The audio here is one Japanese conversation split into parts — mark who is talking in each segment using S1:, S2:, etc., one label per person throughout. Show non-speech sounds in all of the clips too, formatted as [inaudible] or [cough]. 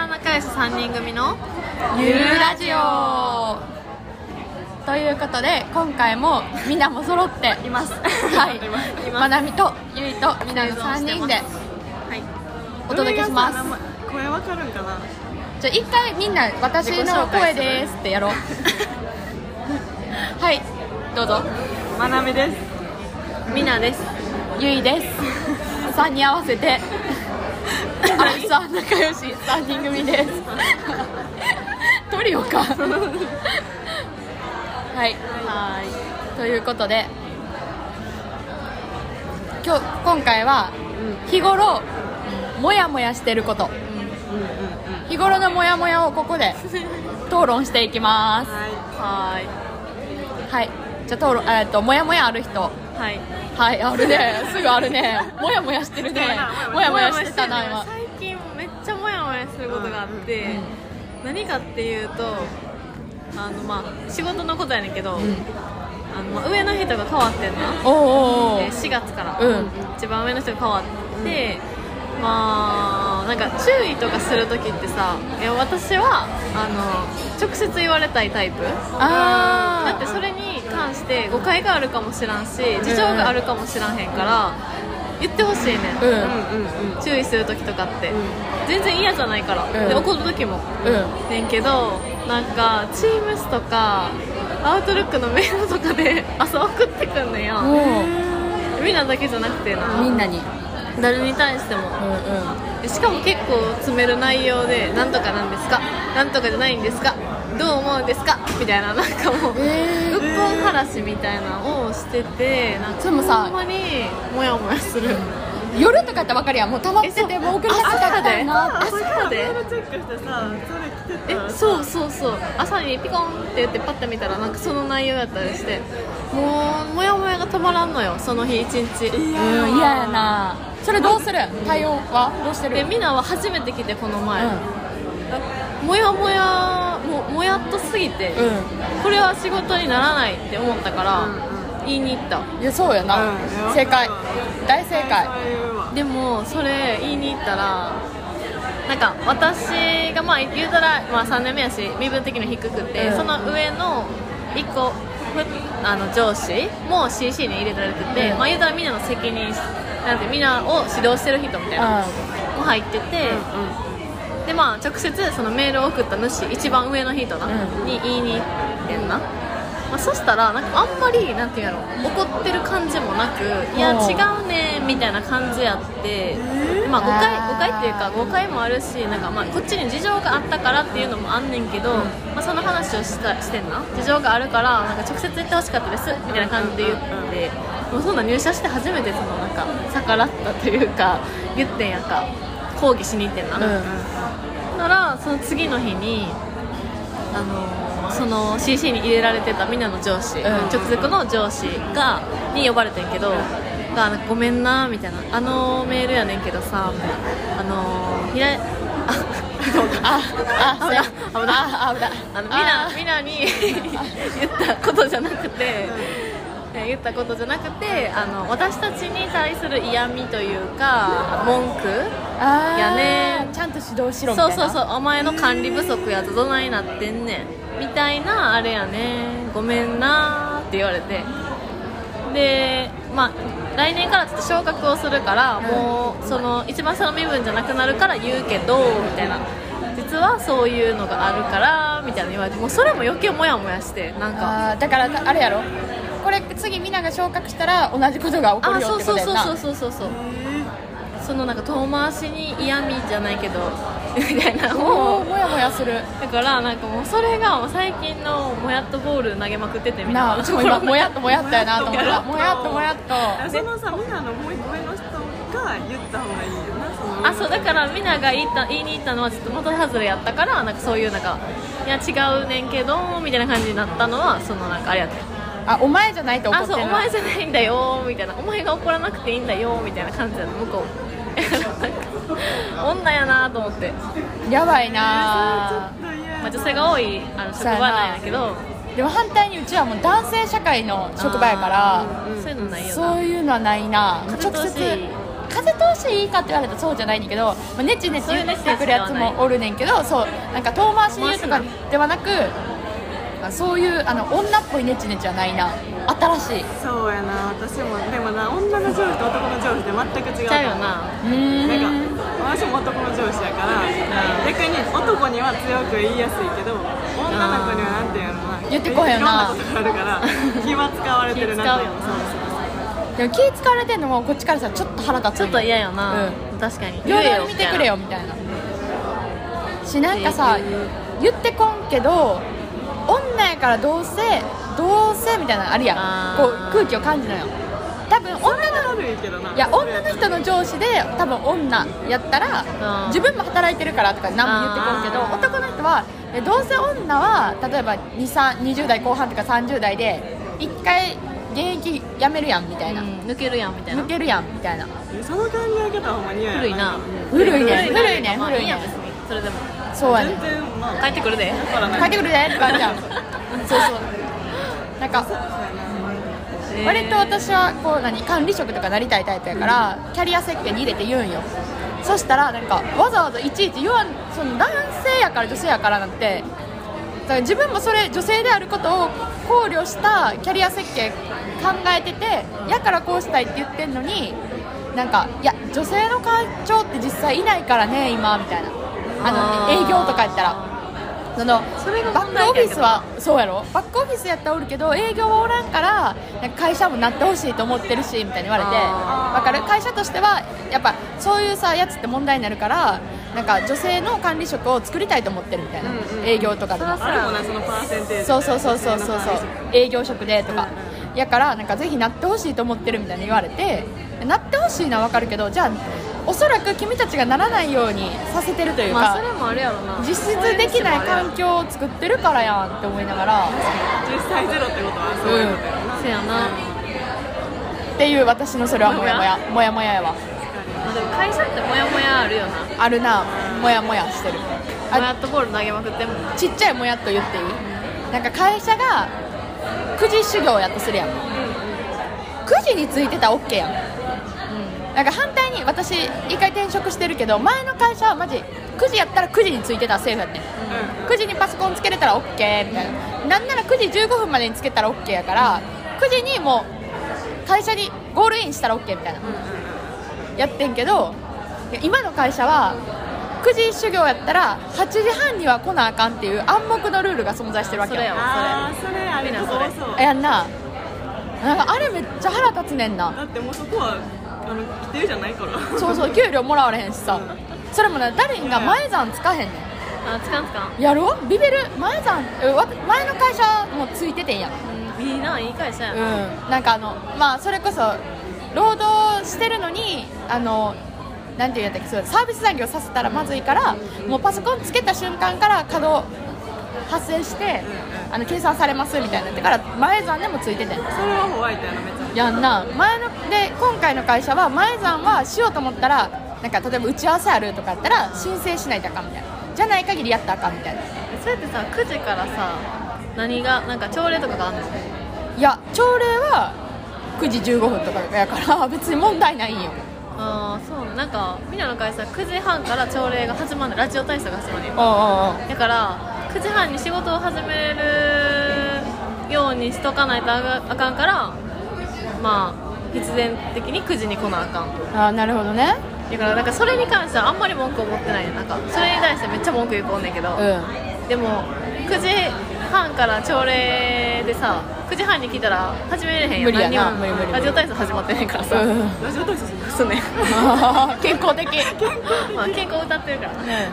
S1: 3人組のゆるラジオ
S2: ということで今回もみんなも揃って
S1: います
S2: はい
S1: います
S2: まなみとゆいとみなの3人で
S1: はい
S2: お届けします
S3: これわかるんかな
S2: じゃあ一回みんな私の声ですってやろうはいどうぞ
S3: まなみです
S1: みなです
S2: ゆいです3に合わせてアラサー仲良し3人組ですトリオかはい
S1: は
S2: ということで今日今回は日頃モヤモヤしてること日頃のモヤモヤをここで討論していきます
S1: いは
S2: はいじゃあ討論えっとモヤモヤある人
S1: いはい
S2: はいあるねすぐあるねモヤモヤしてるねモヤモヤしてたな今
S1: 最近めっちゃモヤモヤすることがあって、何かっていうとあのまあ仕事のことやねんけど、あのまあ上の人が変わってんな、
S2: おうおうおう
S1: えー4月から、
S2: うん
S1: 一番上の人が変わって、まあなんか注意とかするときってさいや私はあの直接言われたいタイプだ
S2: あ
S1: ってそれに関して誤解があるかもしらんし事情があるかもしらんへんから言ってほしいね、
S2: あうんん
S3: うんうん
S1: 注意するときとかって、全然嫌じゃないから、
S2: うん
S1: で怒るときも、
S2: うん
S1: ねんけどなんかチームスとかアウトルックのメールとかで [laughs] 朝送ってくんねやみんなだけじゃなくて
S2: おうみ
S1: なん
S2: なに
S1: 誰に対しても
S2: うんうん
S1: しかも結構詰める内容で「なんとかなんですかなんとかじゃないんですかどう思うんですか?」みたいななんかもう
S2: えー
S1: うっぷん晴らしみたいなのをしててなん
S2: そ
S1: か
S2: れもさ
S1: ほんまにモヤモヤする
S2: 夜とかやったら分かるやんもう溜まっててもう送り出したかったよなって
S1: 朝
S3: さメ
S1: で
S3: ールチェックしてさそれ来て
S1: え
S3: た
S1: そうそうそう朝にピコンって言ってパッて見たらなんかその内容やったりしてもうモヤモヤが止まらんのよその日一日
S2: うん嫌やなそれどうする対応はどうしてる
S1: でみんなは初めて来てこの前、
S2: う
S1: もやもやももやっとすぎて、
S2: ん、
S1: これは仕事にならないって思ったから、言いに行った
S2: うん、いやそうやな、
S3: うん
S2: 正解大正解
S3: そういうわ
S1: でもそれ言いに行ったらなんか私がまあ言うたら、まあ、3年目やし身分的に低くて、
S2: うん
S1: その上の1個ふあの上司も CC に入れられてて、
S2: うん
S1: まあ、言うたらみんなの責任なんてみんなを指導してる人みたいなも入ってて、でまあ直接そのメールを送った主一番上の人な、
S2: う
S1: に言いに行ってんな、まあ、そしたらなんかあんまりなんていうの怒ってる感じもなくいや
S2: おう
S1: 違うねみたいな感じやって、まあ、誤
S2: あ
S1: 解
S2: ー
S1: 誤解っていうか誤解もあるしなんかまあこっちに事情があったからっていうのもあんねんけど、まあ、その話をしたしてんな事情があるからなんか直接言ってほしかったですみたいな感じで言って。もうそんな入社して初めてそのなんか逆らったというか言ってんやんか抗議しに行ってんな、
S2: うん、うん
S1: ならその次の日にあのーその CC に入れられてたみんなの上司、
S2: ん
S1: 直属の上司がに呼ばれてんけど「がなんかごめんな」みたいな「あのメールやねんけどさ」みたいな「あのー、ひらあ
S2: ああ
S1: 危ない
S2: 危ないあ危ない
S1: あのみ
S2: あ
S1: なみな
S2: [laughs]
S1: に言ったことじゃなくて、え言ったことじゃなくてあの私たちに対する嫌味というか文句
S2: あー
S1: やね
S2: ちゃんと指導しろみた
S1: そ
S2: いうな
S1: そうそうお前の管理不足やとどないなってんねんみたいなあれやねごめんなって言われてでまあ来年からちょっと昇格をするから、もうその一番下の身分じゃなくなるから言うけどみたいな実はそういうのがあるからみたいな言われてもうそれも余計モヤモヤしてなんか
S2: あーだからあれやろこれ次みんなが昇格したら同じことが起こ
S1: あ
S2: るよ
S1: そ
S2: っ
S1: う
S2: てこ
S1: そ
S2: と
S1: う
S2: やん
S1: そう
S2: な
S1: そうそうそうそうそのなんか遠回しに嫌味じゃないけどみたいなも
S2: お
S1: う
S2: ーもやもやする
S1: だからなんかもうそれがもう最近のもやっとボール投げまくっててみたい
S2: なあ
S1: な
S2: うちも今もやっともやったやなと
S1: [laughs]
S2: 思ったもやっともやっと
S3: そのさみんなのもう一個上の人が言った方がいいよなその
S1: あそうだからみんなが言った言いに行ったのはちょっと元外れやったからなんかそういうなんかいや違うねんけどみたいな感じになったのはそのなんかあれやった
S2: あお前じゃないと怒っ
S1: あ
S2: てる
S1: そうお
S2: な
S1: 前じゃないんだよみたいなお前が怒らなくていいんだよみたいな感じだった
S2: [laughs]
S1: 向こうなんか [laughs] 女やなと思って、
S2: やばいな
S3: ちょっと嫌
S1: まあ、女性が多いあの職場なんやけど
S2: でも反対にうちはもう男性社会の職場やから
S1: あーそういうのないよな
S2: そういうのはないな
S1: 勝
S2: 直
S1: ててほしい
S2: 接風通しいいかって言われたらそうじゃないんだけど、まあ、ネチネチ言ってくるやつもおるねんけどそうなんか遠回しに言うとかではなくあそういうあの女っぽいネチネチはないな新しい
S3: そうやな私もでもな女の上司と男の上司で全く違う
S1: ちゃうよな
S2: うーん
S3: なんか私も男の上司やから逆に男には強く言いやすいけど女の子にはなんていうのかな
S2: 言ってこへんよない
S3: ろんなことがあるから [laughs] 気は使われてるなっていうの
S1: 気
S3: そ
S1: 使う
S3: うそう
S2: でも気使われてんのもこっちからしたらちょっと腹立つ
S1: ちょっと嫌よな、
S2: うん
S1: 確かに
S2: いろいろ見てくれ
S1: よ
S2: よみたいなしなんかさ言ってこんけど女やからどうせどうせみたいなのあるやん
S1: あ
S2: こう
S1: ー
S2: 空気を感じのよ多分女の
S3: それは悪いけどない
S2: や女の人の上司で多分女やったら
S1: うん
S2: 自分も働いてるからとか何も言ってくるけど
S1: あー
S2: 男の人はえどうせ女は例えば23 20代後半とか30代で1回現役辞めるやんみたいな、
S1: うん、抜けるやんみたいな
S2: 抜けるやんみたいな
S3: その考え方はほんまに嫌や
S1: 古いな
S2: 古いね古いね
S1: まあ
S2: 古い
S1: いいや別
S2: ね
S1: にそれでも
S2: そうやね
S3: 全然まあ
S1: 帰ってくるで
S3: だからなん
S2: 帰
S3: か
S2: ってくるねって感じやんそうそうなんか割と私はこう何管理職とかなりたいタイプやからキャリア設計に入れて言うんよそしたらなんかわざわざいちいち言わんその男性やから女性やからなんてだから自分もそれ女性であることを考慮したキャリア設計考えててやからこうしたいって言ってんのになんかいや女性の会長って実際いないからね今みたいなあの
S1: あー
S2: 営業とかやったらその
S1: それが
S2: バッ
S1: 問題
S2: クオフィスは
S1: 点
S2: そうやろバックオフィスやったらおるけど営業はおらんからなんか会社もなってほしいと思ってるしみたいに言われて
S1: あ
S2: わかる会社としてはやっぱそういうさやつって問題になるからなんか女性の管理職を作りたいと思ってるみたいな、
S3: うんうん
S2: 営業とかでも
S1: そら
S3: あるもんなそのパーセンテージ
S2: そうそうそうそうそうそう営業職でとか、
S3: う
S2: やからなんかぜひなってほしいと思ってるみたいに言われてなってほしいのはわかるけどじゃあおそらく君たちがならないようにさせてるというか、
S1: まあそれもあるやろな
S2: 実質できない環境を作ってるからやんって思いながら
S3: 実際ゼロってことはそういうことやな
S1: せやな、
S2: っていう私のそれはモヤモヤモヤモヤやわ
S1: まあ、でも会社ってモヤモヤあるよな
S2: あるなモヤモヤしてる
S1: モヤ
S2: あ
S1: っとボール投げまくってんもんな
S2: ちっちゃいモヤっと言っていいなんか会社が9時修行やとするやん9時についてたら OK やんなんか反対に私一回転職してるけど前の会社はマジ9時やったら9時についてたらセーフやってん9時にパソコンつけれたら OK みたいななんなら9時15分までにつけたら OK やから9時にもう会社にゴールインしたら OK みたいなやってんけどいや今の会社は9時修行やったら8時半には来なあかんっていう暗黙のルールが存在してるわけ
S1: それやわ
S3: ああそれあれ
S1: みんな
S3: そ
S1: それ
S3: うそう
S2: やんななんかあれめっちゃ腹立つねんな
S3: だってもうそこはあの規定じゃないから
S2: そうそう給料もらわれへんしさそれもな誰が前算つかへんねん
S1: あつかんつかん
S2: やろビビる前さんえわ前の会社もついててんやんう
S1: うんいいないい会社やな、
S2: んなんかあのまあそれこそ労働してるのにあのなんていうんやったっけそうサービス残業させたらまずいからもうパソコンつけた瞬間から稼働発生してあの計算されますみたいになってから前算でもついててん
S3: それはホワイトやなめっちゃ
S2: やんな前ので今回の会社は前算はしようと思ったらなんか例えば打ち合わせあるとかやったら申請しないとあかんみたいなじゃない限りやったらあかんみたいな
S1: そうやってさ9時からさ何がなんか朝礼とかがあんの
S2: いや朝礼は9時15分とかやから別に問題ないんよ
S1: ああそうなんかみんなの会社9時半から朝礼が始まるラジオ体操が始まるよ
S2: あ
S1: だから9時半に仕事を始めるようにしとかないとあがあかんからまあ必然的に9時に来なあかん
S2: あなるほどね
S1: だからなんかそれに関してはあんまり文句を持ってないねなんかそれに対してめっちゃ文句言う子おんねんけど、
S2: う
S1: でも9時半から朝礼でさ9時半に来たら始めれへんやん
S2: 無理やな
S1: 何にも
S2: 無理無理無理
S1: ラジオ体操始まってへんからさ、
S2: ん、うん、 [laughs]
S3: ラジオ体操する
S1: そうね
S2: 健康的
S1: まあ健康歌ってるからね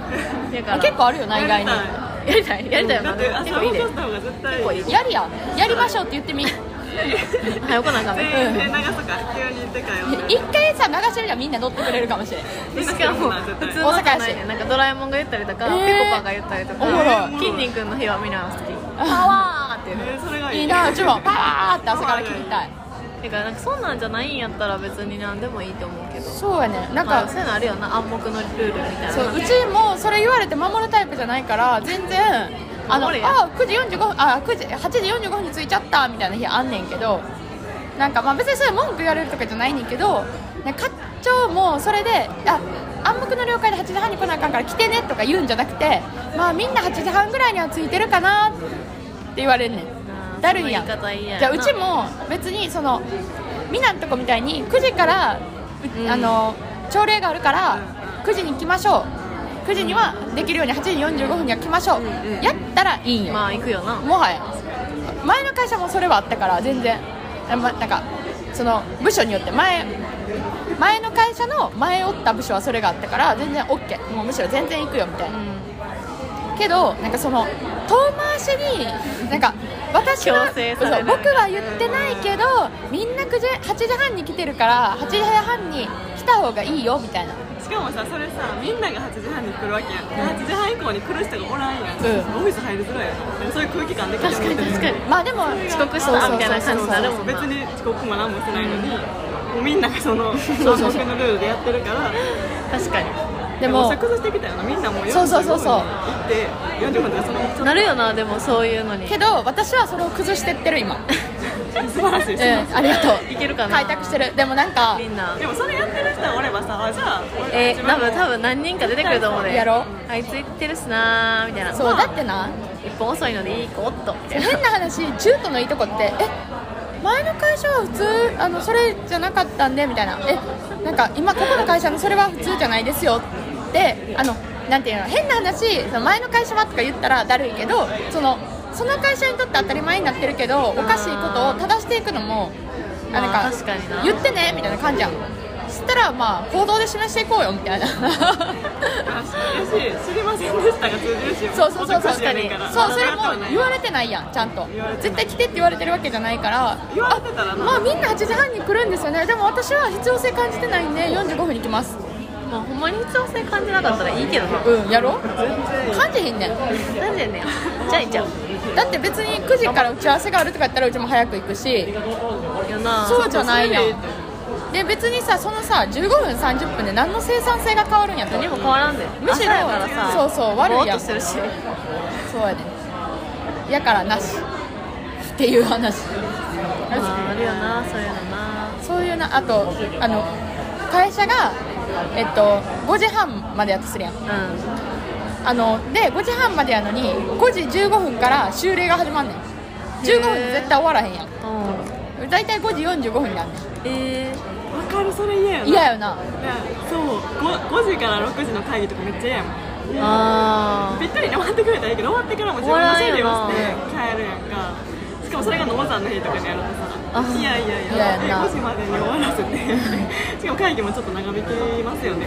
S1: だから
S2: 結構あるよな意外に
S3: やりた
S1: やりたいやりたいよ
S3: だ
S1: な
S3: って
S1: 結
S3: 朝
S1: 構いい
S3: 起
S1: で
S3: こした方が絶対
S1: 結構いいで
S2: やりややりましょうって言ってみ
S1: はいおこなあかんね
S3: 全員で流すから急に行ってかよ
S2: 一回さ流してみたらみんな乗ってくれるかもしれん
S1: しかも普通の
S2: 大
S1: じゃ
S2: 阪やし
S1: ないねなんかドラえもんが言ったりとか、
S2: えー
S1: ぺこぱが言ったりと
S2: おも
S1: か
S2: ろ
S1: 「筋肉の日はみんな好き」
S2: パワーって
S3: えーそれがいい
S2: いいなうちもパワーって朝から聞きたい
S1: てかなんかそんなんじゃないんやったら別に何でもいいと思うけど
S2: そうやねなん
S1: ま
S2: か
S1: あ、そういうのあるよな暗黙のルールみたいな
S2: そううちもそれ言われて守るタイプじゃないから全然あのあ
S1: 守るやん
S2: 9時45分あ9時8時45分に着いちゃったみたいな日あんねんけどなんかまあ別にそれ文句言われるとかじゃないねんけどなんかか長もそれであ暗黙の了解で8時半に来なあかんから来てねとか言うんじゃなくてまあみんな8時半ぐらいには着いてるかなって言われんね
S1: あー
S2: んだるいやん
S1: その言い方嫌や
S2: じゃ
S1: な
S2: あうちも別にそのみなんとこみたいに9時から、う
S1: うん
S2: あの朝礼があるから9時に来ましょう9時にはできるように8時45分には来ましょう、
S3: うんうん
S2: やったらいいんよ、
S1: まあ行くよな
S2: もはや前の会社もそれはあったから全然あまなんかその部署によって前前の会社の前おった部署はそれがあったから全然 OK もうむしろ全然行くよみたいうなんけどなんかその遠回しになんか私は
S1: 強制さ
S2: そ
S1: れないう
S2: 僕は言ってないけどみんな9時8時半に来てるから8時半に来た方がいいよみたいな
S3: しかもさそれさみんなが8時半に来るわけやん、8時半以降に来る人がおらんやん、
S2: ん
S3: オフィス入りづらいやんなんかそういう空気感でき
S1: 確かに確かに
S2: まあでも
S1: 遅刻したなみたいな感じになる
S2: そう
S1: も
S2: そうそうそう
S1: ん
S3: 別
S1: な
S3: に遅刻も何もしてないのに、もうみんながその
S2: う [laughs] そう
S3: 暗黙のルールでやってるから
S1: 確かに
S2: でも
S3: 着座してきたよなみんなもう
S2: そうそうそうそう
S3: 45分に行って45分とかそのま
S1: なるよなでもそういうのに
S2: けど私はそれを崩してってる今
S3: ま素晴らしい、
S2: うん、ありがとう
S1: いけるかな
S2: 開拓してるでもなんか
S1: みんな
S3: でもそれやってる人がおればさあじゃあ
S1: え
S3: 俺たち
S1: ー、
S3: も
S1: 多分多分何人か出てくると思うね
S2: やろ
S1: あいつ行ってるしなーみたいな
S2: そう
S1: まあ
S2: だってな
S1: 一本遅いのでいい子おっとみたいな
S2: 変な話中途のいいとこってえ前の会社は普通あのそれじゃなかったんでみたいなえなんか今ここの会社のそれは普通じゃないですよってあのなんていうの変な話その前の会社はとか言ったらだるいけどそのその会社にとって当たり前になってるけどおかしいことを正していくのもあなん
S1: まあ
S2: か
S1: 確かにな
S2: 言ってねみたいな感じやんそしたらまあ行動で示していこうよ
S1: [laughs]
S2: みたいな
S3: あ知るし知りませんでしたが通じるし
S2: そうそうそう
S3: 男子やねんら
S2: そうそれ
S3: まだ習っては
S2: も
S3: ない
S2: 言われてないやんちゃんと
S3: 言われてない
S2: 絶対来てって言われてるわけじゃないから
S3: 言われてたらな
S2: まあみんな8時半に来るんですよねでも私は必要性感じてないんで45分に来ます
S1: まあほんまに必要性感じなかったらいいけどな
S2: うんやろ
S3: 全然
S2: 感じへんねんだ
S1: なんでねじゃあ行っちゃう
S2: って別に9時から打ち合わせがあるとか言ったらうちも早く行くし
S1: よな
S2: そうじゃないやんで別にさそのさ15分30分で何の生産性が変わるんやと
S1: 何も変わらんで
S2: むしろ
S1: 朝やからさ
S2: そうそう悪いやん
S1: ぼーっとしてるし
S2: そうやでやからなしっていう話
S1: まああるよなそういうのな
S2: そういうなあとあの会社が、えっと、5時半までやとするやん
S1: うん
S2: あので5時半までやのに5時15分から修例が始まんねん15分で絶対終わらへんやん
S1: うん
S2: 大体5時45分になんねん
S1: え
S3: わかるそれ嫌やな
S2: 嫌よな
S3: そう 5, 時から6時の会議とかめっちゃ嫌やも
S1: ー、
S3: ん
S1: あ
S3: ぴったりに終わってくれたらいいけど終わってからも自分の整理をして帰るやんかしかもそれが野茂さんの日とかにやると
S1: あ
S3: さいやいやい
S2: いや
S3: や
S2: いやな
S3: 5時までに終わらせて [laughs] しかも会議もちょっと長引きますよね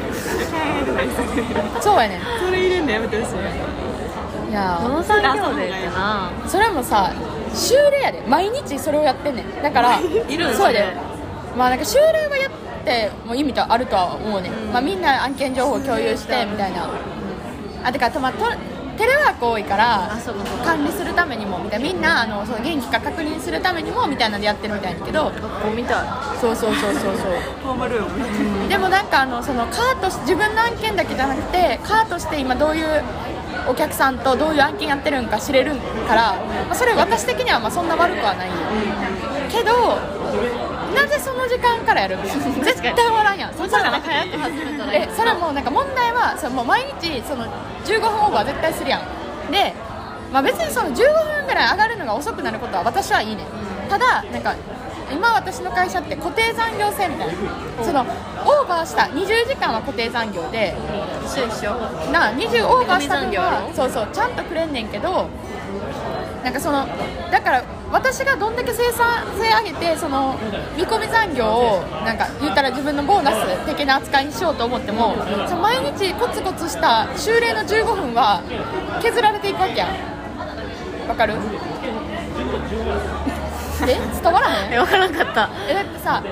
S3: 帰れないですよね
S2: そうやねん
S3: それ入れんのやめてほしい
S1: あこの作業でっ
S2: いや
S1: てな
S2: それもさ修例やで毎日それをやってんねんだ [laughs] から
S1: いるん
S2: そ
S1: そ
S2: うや
S1: れ
S2: でまあなんか修例はやっても意味とあるとは思うねん、まあ、みんな案件情報共有してみたいなあてかとまあとテレワーク多いから
S1: あそうかそうか
S2: 管理するためにもみたいなみんなあのその元気か確認するためにもみたいなのでやってるみたいだけど
S1: 学校みたい
S2: そうそうそうそうそ
S3: フォームルーム
S2: うでもなんかあのそのカートし自分の案件だけじゃなくてカートして今どういうお客さんとどういう案件やってるんか知れるから、まあ、それ私的にはまあそんな悪くはないよけどなぜその時間からやるん絶対終わらんやんそんな
S1: なんか早く始めたらいい
S2: えそれもうなんか問題はそのもう毎日その15分オーバー絶対するやんで、まあ、別にその15分ぐらい上がるのが遅くなることは私はいいねただなんか今私の会社って固定残業制みたいなそのオーバーした20時間は固定残業で
S1: 一緒一緒
S2: な20オーバーした
S1: 残
S2: 分
S1: 業や
S2: は
S1: ろ
S2: そうそうちゃんとくれんねんけどなんかそのだから私がどんだけ生産性上げてその見込み残業をなんか言ったら自分のボーナス的な扱いにしようと思ってもその毎日コツコツした修例の15分は削られていくわけやんわかるえ伝わらへん
S1: え分からんかった
S2: えだってさ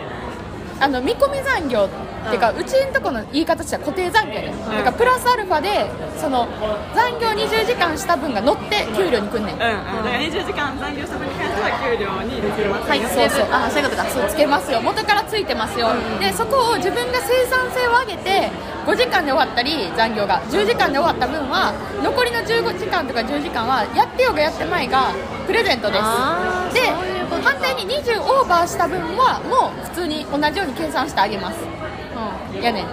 S2: あの見込み残業っていうか、うちんとこの言い方としては固定残業ね、だからプラスアルファでその残業20時間した分が乗って給料にくんねん、
S3: うん、うん、だから20時間残業した分に関しては給料に入れてます
S1: はい
S3: よ
S2: そうそう
S1: あそういうことか
S2: そうつけますよ元からついてますよ、でそこを自分が生産性を上げて5時間で終わったり残業が10時間で終わった分は残りの15時間とか10時間はやってようがやってまいがプレゼントです
S1: あー
S2: で
S1: そういうことか
S2: 反対に20オーバーした分はもう普通に同じように計算してあげます
S1: う
S2: やねん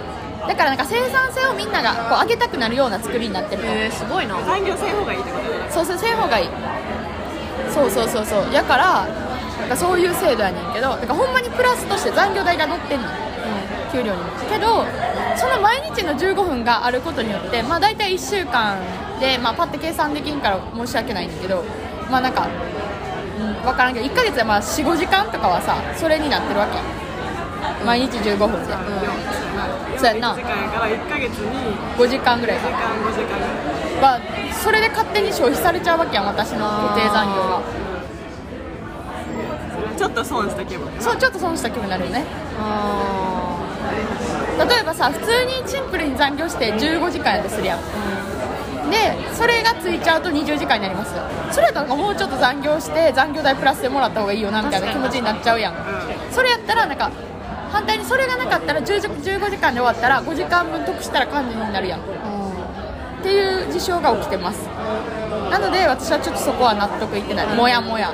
S2: だからなんか生産性をみんながこう上げたくなるような作りになってるの、
S1: えー、すごいなうん
S3: 産業せん方がいいってことだね
S2: そうそうせん方がいいそうそうそうそうやからなんかそういう制度やねんけどだからほんまにプラスとして残業代が乗ってんの給料にもけどその毎日の15分があることによってまあ大体1週間で、まあ、パッて計算できんから申し訳ないんだけどまあなんか、うん、分からんけど1ヶ月でまあ45時間とかはさそれになってるわけ毎日15分で、そうやんな
S3: 時間やから1ヶ月に
S2: 5時間ぐらい
S3: 時
S2: か
S3: 間5時間ぐらい
S2: はそれで勝手に消費されちゃうわけやん私の固定残業が
S3: それはちょっと損した気分
S2: そうちょっと損した気分になるよね
S1: あ
S2: 例えばさ普通にシンプルに残業して15時間やとするやんでそれがついちゃうと20時間になりますそれやったらなんかもうちょっと残業して残業代プラスでもらった方がいいよなみたいな気持ちになっちゃうやん
S3: う
S2: それやったらなんか反対にそれがなかったら10時15時間で終わったら5時間分得したら感じになるやんっていう事象が起きてますなので私はちょっとそこは納得いってないもやもや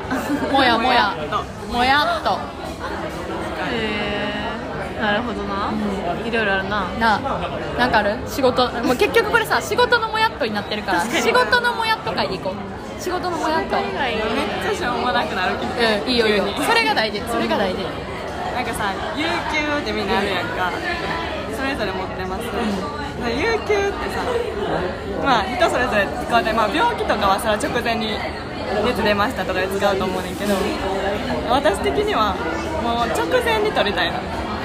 S2: もやもやもやっと
S1: ーへえなるほどないろいろあるな
S2: なあなんかある仕事もう結局これさ仕事のもやっとになってるから
S1: 確かに
S2: 仕事のもやっと会でいこう仕事のもやっと
S1: 以外
S3: んめっちゃしょうもなくなるけど
S2: うんいいよいいよ
S3: 急に
S2: それが大事それが大事
S3: なんかさ有給ってみんなあるやんかそれぞれ持ってます、有給ってさまあ人それぞれ使うて、まあ、病気とかはさ直前に熱出ましたとかで使うと思うねんけど私的にはもう直前に取りたいの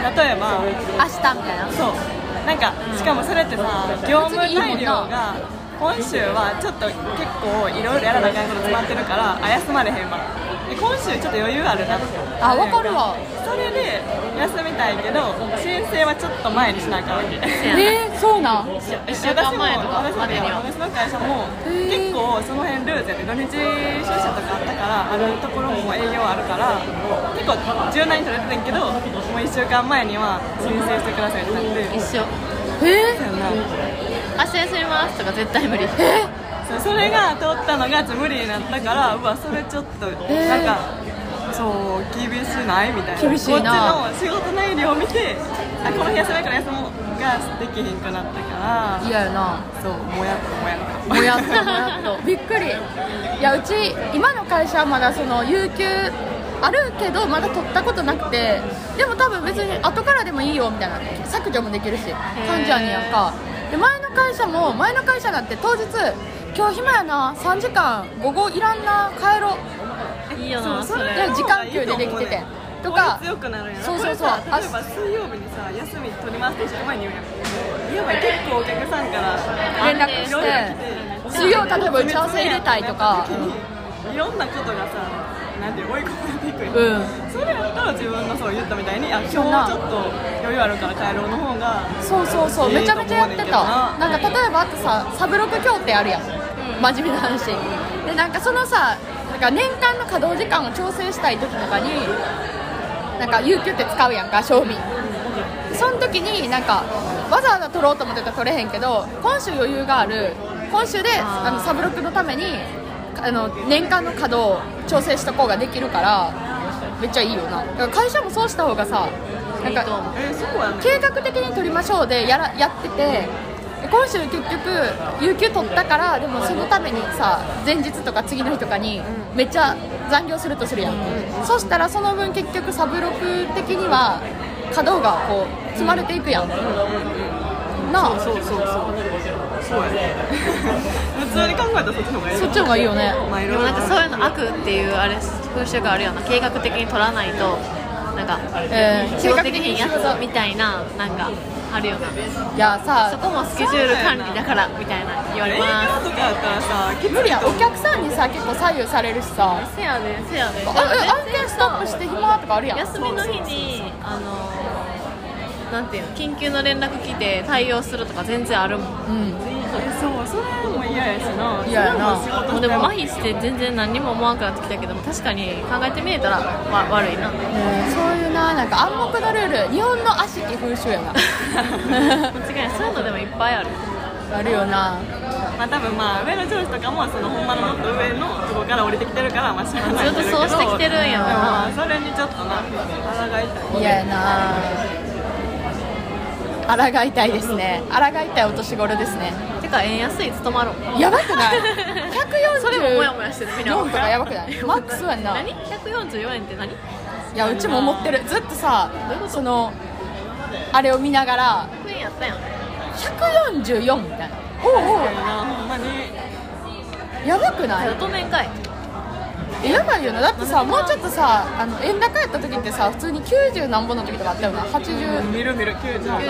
S3: 例えば
S2: 明日みたいな
S3: そうなんかしかもそれってさ業務内容が今週はちょっと結構いろいろやらなあかんこと詰まってるからあ休まれへんわで今週ちょっと余裕あるなって
S2: あわかるわ
S3: それで休みたいけど申請はちょっと前にしなあかんわけ
S2: えー、そうなん
S1: [laughs] 一週間前とかまでには
S3: 私の会社も
S2: へー
S3: 結構その辺ルーズで土日出社とかあったからあるところも営業あるから結構柔軟に取れててんけどもう1週間前には申請してくださいってなって
S1: 一緒
S2: え
S3: そうやな
S1: 明日休みますとか絶対無理
S2: ー、え
S3: そうそれが通ったのが無理になったからうわそれちょっと
S2: えー
S3: なんか、そう厳しないみたいな
S2: 厳しいな
S3: こっちの仕事内容を見てあこの日休みやから休もうができひんくなったから
S2: ー、嫌やな
S3: そうもやっともやっと
S2: もやっともやっとびっくりいやうち今の会社はまだその有給あるけどまだ取ったことなくてでも多分別に後からでもいいよみたいな削除もできるし感じやねんやんかで前の会社も前の会社なんて当日今日暇やな3時間午後いらんな帰ろう
S1: いいよな
S3: そう
S1: そ
S3: それ
S1: れ
S2: で時間給でできててとか
S3: 強くなるんやな
S2: そうそうそう
S3: これさ
S2: あ
S3: 例えば水曜日にさ休み取りますって一緒前に言うやんやばい結構お客さんから
S2: 連絡して水曜例えば打ち合わせ入れたいとか
S3: いろんなことがさなんていう追い込まれていくやん
S2: うん
S3: それやったら自分がそう言ったみたいにあ今日ちょ
S2: そんな
S3: っと余裕あるから帰ろうの方が
S2: そうそうそうめちゃめちゃやって
S3: いいと
S2: た
S3: 思うねんけどな
S2: なんか例えばあとさサブロク協定あるやん、真面目な話でなんかそのさなんか年間の稼働時間を調整したい時とかになんか有給って使うやんか賞味その時になんかわざわざ取ろうと思ってたら取れへんけど今週余裕がある今週であのサブロクのためにあの年間の稼働を調整しとこうができるからめっちゃいいよなだから会社もそうした方がさなん
S1: いいと
S2: か
S1: 思う
S3: えそうやね
S2: 計画的に取りましょうでやらやってて今週結局有給取ったからでもそのためにさ前日とか次の日とかにめっちゃ残業するとするやん、そしたらその分結局サブロク的には稼働がこう積まれていくやん、なあそ
S3: そうそうそうそうやね [laughs] 普通に考えたらそっちの方がいいよ
S2: っちの方がいいよね
S3: まあい
S1: で
S3: ろい
S1: も
S3: ろ
S1: なんかそういうの悪っていうあれ風習があるような計画的に取らないとなんか
S2: えー、
S1: 計
S2: 計
S1: 画
S2: 画
S1: 的
S2: 的
S1: に
S2: に
S1: や
S2: や
S1: っ
S2: る
S1: た
S2: ぞ
S1: みたいななんかあるよな
S2: みいや
S1: そ
S2: さ
S1: こもスケジュール管理だからみたいな言われ
S3: 営業
S1: ます
S3: とかやったらさきついと思う
S2: 無理やんお客さんにさ結構左右されるしさ
S1: せやねせやね
S2: あえ案件ストップして暇とかあるやん
S1: 休みの日にあのーなんていうの緊急の連絡来て対応するとか全然あるもん
S2: うん
S3: えそうそれも嫌やしな
S2: 嫌やな
S3: それも仕
S1: も
S3: 事
S1: うでも麻痺して全然何にも思わなくなってきたけども確かに考えてみれたら、わ悪いな
S2: ねそういうななんか暗黙のルール日本の悪しき風習やな [laughs]
S1: 間違いないそういうのでもいっぱいある
S2: あるよな
S3: まあ多分まあ上の上司とかもそのほんまのもっと上のとこから降りてきてるからまあ知らない
S1: ずっとそうしてきてるんやろ
S3: でも
S1: な
S3: まあそれにちょっとな腹が痛い
S2: 嫌やな抗いたいですね抗いたいお年頃ですね
S1: てか円安いつ泊まろう
S2: やばく [laughs] ない140
S1: それもモヤモヤしてるみんな
S2: 4とかやばくない [laughs] マックスはな
S1: 何144円って何
S2: いやうちも思ってるずっとさ
S1: どういうこと
S2: そのあれを見ながら
S1: 100円やったやん
S2: 144みたいなおうおう
S3: なほんまに
S2: やばくない
S1: 当面かい
S2: えやばいよなだってさもうちょっとさあの円高やった時ってさ普通に90何本の時とかあったよな80100
S3: 見る見る
S1: 90
S3: 90
S1: 何本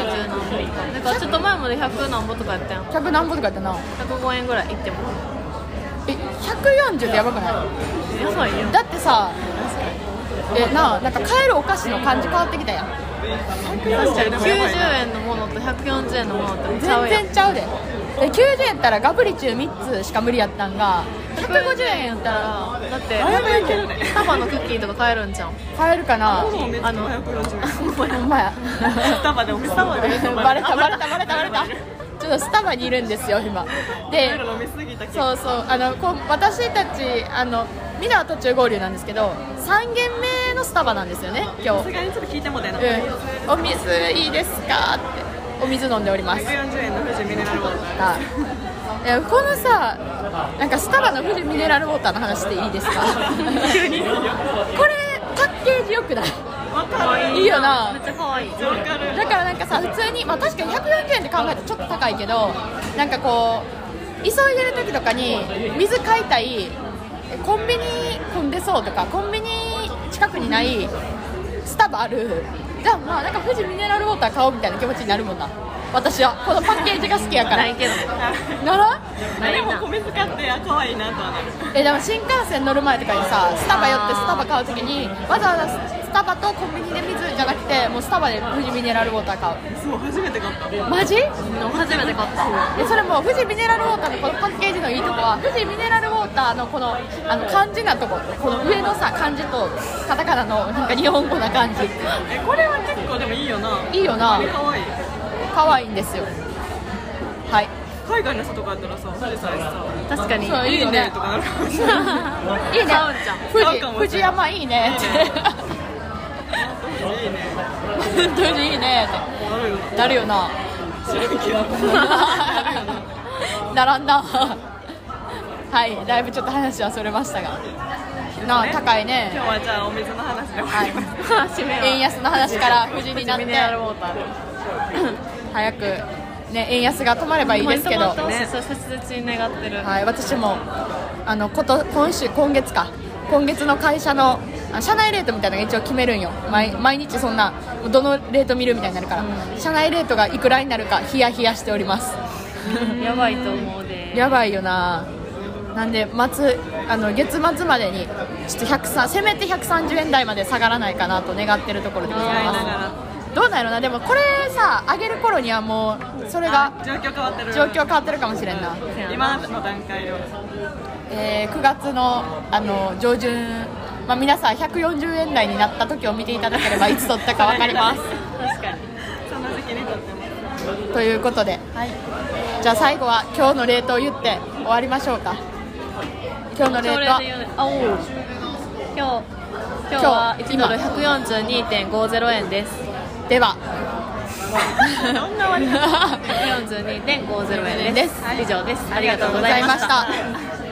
S1: なんかちょっと前まで100何本とかやったやん
S2: 何本とかやったな
S1: 105円ぐらいいっても
S2: え140ってやばくない
S1: やばいよ
S2: だってさえなあなんか買えるお菓子の感じ変わってきたやん
S3: 確かにでもやばいな
S1: 90円のものと140円のものってちゃう
S2: 全
S1: やん
S2: 然ちゃうでで90円やったらガブリチュー3つしか無理やったんが150円やったら
S1: らだっ
S3: だい
S1: て
S3: ぶいけるね
S1: パパのクッキーとか買えるんじゃん
S2: 買えるかな
S3: もうめっちゃ140円
S2: ほんまや
S3: スタバでお店スタバで
S2: バレたバレたバレたバレたちょっとスタバにいるんですよ今で
S3: 飲みすぎた結
S2: そうそうあのこう私たちあの皆は途中合流なんですけど3軒目のスタバなんですよね今
S3: さ
S2: 日
S3: す、がにちょっと聞いてもだよな、
S2: うん、お水いいですかってお水飲んでおります
S3: 140円の富士ミネラルウォーター
S2: はいいやこのさなんかスタバの富士ミネラルウォーターの話でいいですか [laughs]
S3: 急にわ
S2: これパッケージよくない
S3: かる
S2: いいよな
S1: めっちゃ可愛い
S3: わかる
S2: だからなんかさ普通に、まあ、確かに140円って考えたらちょっと高いけどなんかこう急いでる時とかに水買いたいコンビニ混んでそうとかコンビニ近くにないスタバあるじゃあまあなんか富士ミネラルウォーター買おうみたいな気持ちになるもんな私はこのパッケージが好きやか
S1: な
S2: ら
S1: いけど
S2: ならん
S1: ない
S3: で
S1: な
S3: も米使ってあ可愛いなとはなる
S2: えでも新幹線乗る前とかにさスタバ寄ってスタバ買う時にわざわざスタバとコンビニで水じゃなくてもうスタバで富士ミネラルウォーター買う
S3: そう初めて買った
S2: マジ
S1: 初めて買った
S2: でそれも富士ミネラルウォーターのこのパッケージのいいとこは富士ミネラルウォーターのこのあの漢字なとここの上のさ漢字とカタカナのなんか日本語な感じ
S3: えこれは結構でもいいよない
S2: いよな
S3: 可愛い
S2: 可愛いんですよはい
S3: 海外の人とかやったらさ富士山さ
S1: 確かに
S2: そう
S3: い
S2: いい
S3: い
S1: [laughs]
S2: よね [laughs]
S3: ねとかなるかもしれない
S2: いいね
S1: 買うんじゃん
S2: 富
S3: 買
S2: 士
S3: うかも
S2: 富士山いいね
S3: いいね
S2: って富士いいねっ
S3: なるよ
S2: てなるよ [laughs] な
S3: な知らんけど
S2: 並んだはいだいぶちょっと話はそれましたがなあ高いね
S3: 今日はじゃあお水の話で終わ
S2: は
S3: ります
S2: い
S1: 締めは
S2: 円安の話から富士になっ
S1: ミ
S2: て
S1: ネラルウォーターで
S2: 早くね円安が止まればいいですけど
S1: 本当にそう切実に願ってる
S2: はい私もあのこと今週今月か今月の会社のあ社内レートみたいなのが一応決めるんよ毎毎日そんなどのレート見るみたいになるから、社内レートがいくらになるかヒヤヒヤしております
S1: やばいと思うで
S2: やばいよななんで末あの月末までにちょっと103せめて130円台まで下がらないかなと願ってるところでござい
S3: 願い
S2: ま
S3: な
S2: す
S3: がら
S2: どうなんやろなでもこれさ上げる頃にはもうそれが
S3: 状況変わってる
S2: 状況変わってるかもしれんな、
S3: 今の段階で
S2: [laughs]
S3: は
S2: えー9月のあの上旬、まあ、皆さん140円台になった時を見ていただければいつ取ったか分かります
S1: 確かに
S3: そんな時期にとっても
S2: ということで、じゃあ最後は今日のレートを言って終わりましょうか今日のレー
S1: 朝
S2: ト
S1: 礼
S2: は
S1: で言うねあおう今日今日は1ドル142.50円です
S2: では
S3: どんな割り
S1: 142.50円です
S2: です
S1: 以上ですあ
S2: あ
S1: りがとうございました
S2: りがとうございました